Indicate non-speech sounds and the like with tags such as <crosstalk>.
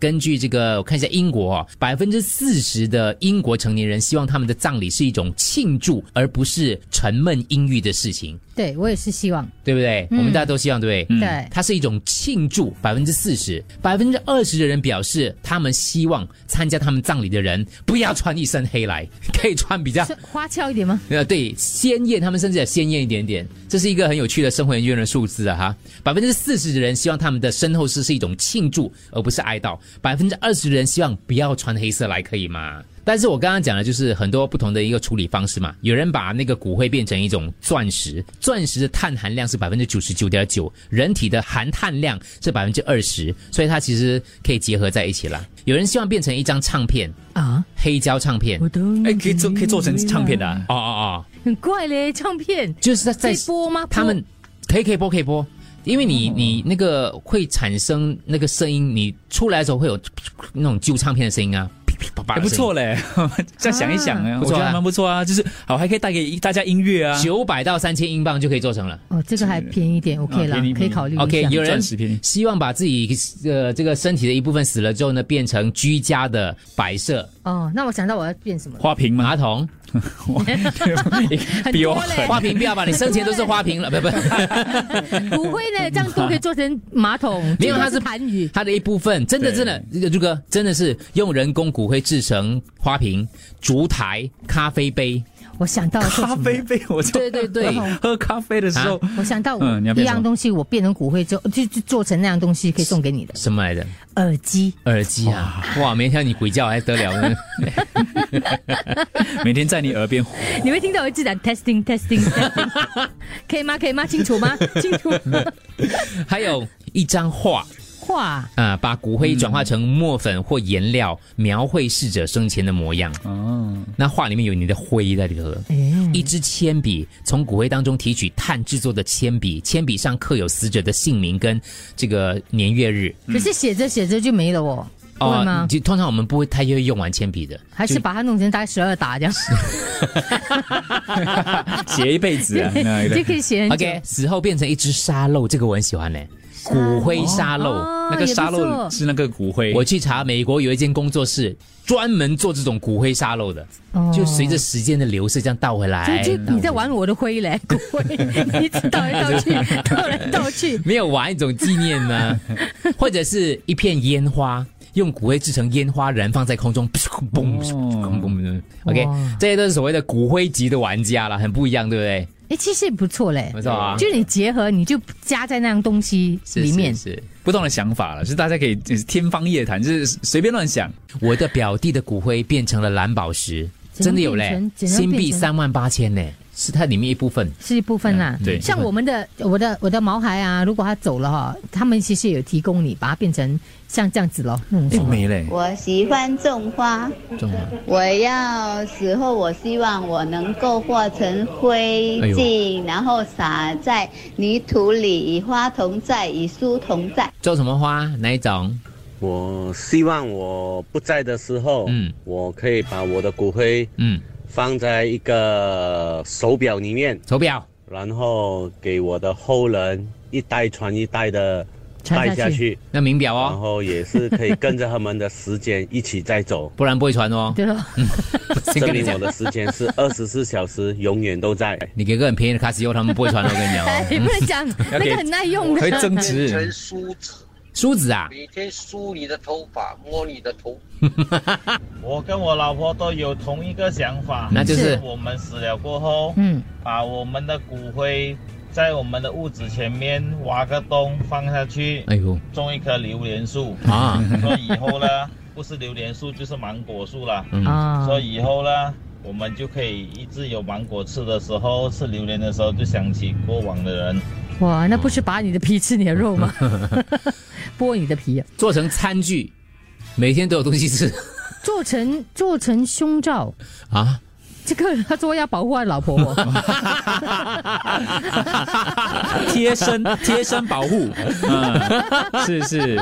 根据这个，我看一下英国哦，百分之四十的英国成年人希望他们的葬礼是一种庆祝，而不是沉闷阴郁的事情，对我也是希望，对不对？我们大家都希望，对不对？对它是一种庆祝，百分之四十，百分之二十的人表示他们希望参加他们葬礼的人不要穿一身黑来，可以穿比较是花俏一点吗？呃，对，鲜艳，他们甚至也鲜艳一点点，这是一个很有趣的生活研究员的数字啊哈。百分之四十的人希望他们的身后事是一种庆祝，而不是哀悼；百分之二十的人希望不要穿黑色来，可以吗？但是我刚刚讲的就是很多不同的一个处理方式嘛，有人把那个骨灰变成一种钻石，钻石的碳含量是百分之九十九点九，人体的含碳量是百分之二十，所以它其实可以结合在一起啦。有人希望变成一张唱片，啊，黑胶唱片，都哎，可以做可以做成唱片的、啊，哦哦哦，很怪嘞，唱片就是它在可以播吗？他们可以可以播可以播，因为你你那个会产生那个声音，你出来的时候会有那种旧唱片的声音啊，噼噼啪啪的还哎不声音。错嘞。 <laughs> 再想一想啊，不我错啊觉得还蛮不错啊，就是好，还可以带给大家音乐啊。九百到三千英镑就可以做成了。哦，这个还便宜一点，OK 啦便宜，可以考虑一下。 OK，有人钻石便宜希望把自己呃这个身体的一部分死了之后呢，变成居家的摆设、哦，那我想到我要变什 <laughs> 么了，花瓶吗？马桶、比我多嘞花瓶，不要吧，你生前都是花瓶了，不不，骨灰呢，这样都可以做成马桶，没有这个它是痰盂，它的一部分，真的对真的，这个朱哥真的是用人工骨灰制成花瓶、烛台、咖啡杯，我想到了做咖什么啡杯，我就对对对， <laughs> 喝咖啡的时候， <laughs> 我想到嗯你要一变什样么东西，我变成骨灰之后，就就做成那样东西，可以送给你的什么来着？耳机。耳机啊！哇，明天你鬼叫还得了呢？每天在你耳边呼你会听到我一直讲 testing testing，, testing 可以吗？可以吗？清楚吗？清楚吗。还有一张画哇，啊、把骨灰转化成墨粉或颜料，描绘逝者生前的模样。哦，那画里面有你的灰在里头了。哎，一支铅笔，从骨灰当中提取碳制作的铅笔，铅笔上刻有死者的姓名跟这个年月日。可是写着写着就没了哦，会吗？啊就通常我们不会太会用完铅笔的，还是把它弄成大概十二打这样，写一辈子啊， <laughs> 那一就类可以写很久。 OK，死后变成一只沙漏，这个我很喜欢嘞，骨灰沙漏。哦 <laughs> 那个也沙不漏错是那个骨灰，我去查，美国有一间工作室专门做这种骨灰沙漏的，哦就随着时间的流逝这样倒回来。就就倒你在玩我的灰嘞，骨灰，你一直倒来倒去，倒来倒去， <laughs> 没有玩一种纪念 <laughs> 呢，或者是一片烟花，用骨灰制成烟花人放在空中，砰嘣嘣嘣嘣。OK，哦哇这些都是所谓的骨灰级的玩家啦，很不一样，对不对？哎，其实也不错嘞不，错啊，就你结合，你就加在那样东西是里面，是是不同的想法了，就是大家可以就是天方夜谭，就是随便乱想。我的表弟的骨灰变成了蓝宝石，怎样真的有变嘞成，怎样新变币成三万八千嘞，是它里面一部分。是一部分啦。对像我们的我的我的毛孩啊，如果他走了哈，他们其实也有提供你把它变成像这样子咯，那种什又么哎没嘞，我喜欢种花，中了我要死后，我希望我能够化成灰哎呦烬，然后撒在泥土里，与花同在，与书同在。种什么花？哪一种？我希望我不在的时候，嗯我可以把我的骨灰嗯，放在一个手表里面，手表。然后给我的后人一代传一代的传带下去下去，那名表然哦，，后也是可以跟着他们的时间一起再走不然不会传哦。 <laughs> 对咯，先证 <laughs> 跟你明讲我，的时间是二十四小时，永远都在。你给个很便宜的卡西欧，他们不会传的。我跟你讲哎 <laughs> 哦，也不能讲，那给个很耐用可以的。增变 <laughs> 成值。梳子，梳子啊，每天梳你的头发，摸你的头。我跟我老婆都有同一个想法，那就是我们死了过后，嗯，把我们的骨灰在我们的屋子前面挖个洞放下去，哎呦种一棵榴莲树。啊，说以后呢，不是榴莲树就是芒果树了。嗯，啊，说以后呢，我们就可以一直有芒果吃的时候，吃榴莲的时候就想起过往的人。哇，那不是把你的皮吃你的肉吗？剥你的皮啊，做成餐 <laughs> 具，每天都有东西吃做成做成胸罩，啊。 <laughs> 这个他说要保护他老婆哦， <laughs> 贴身贴身保护，嗯，是是。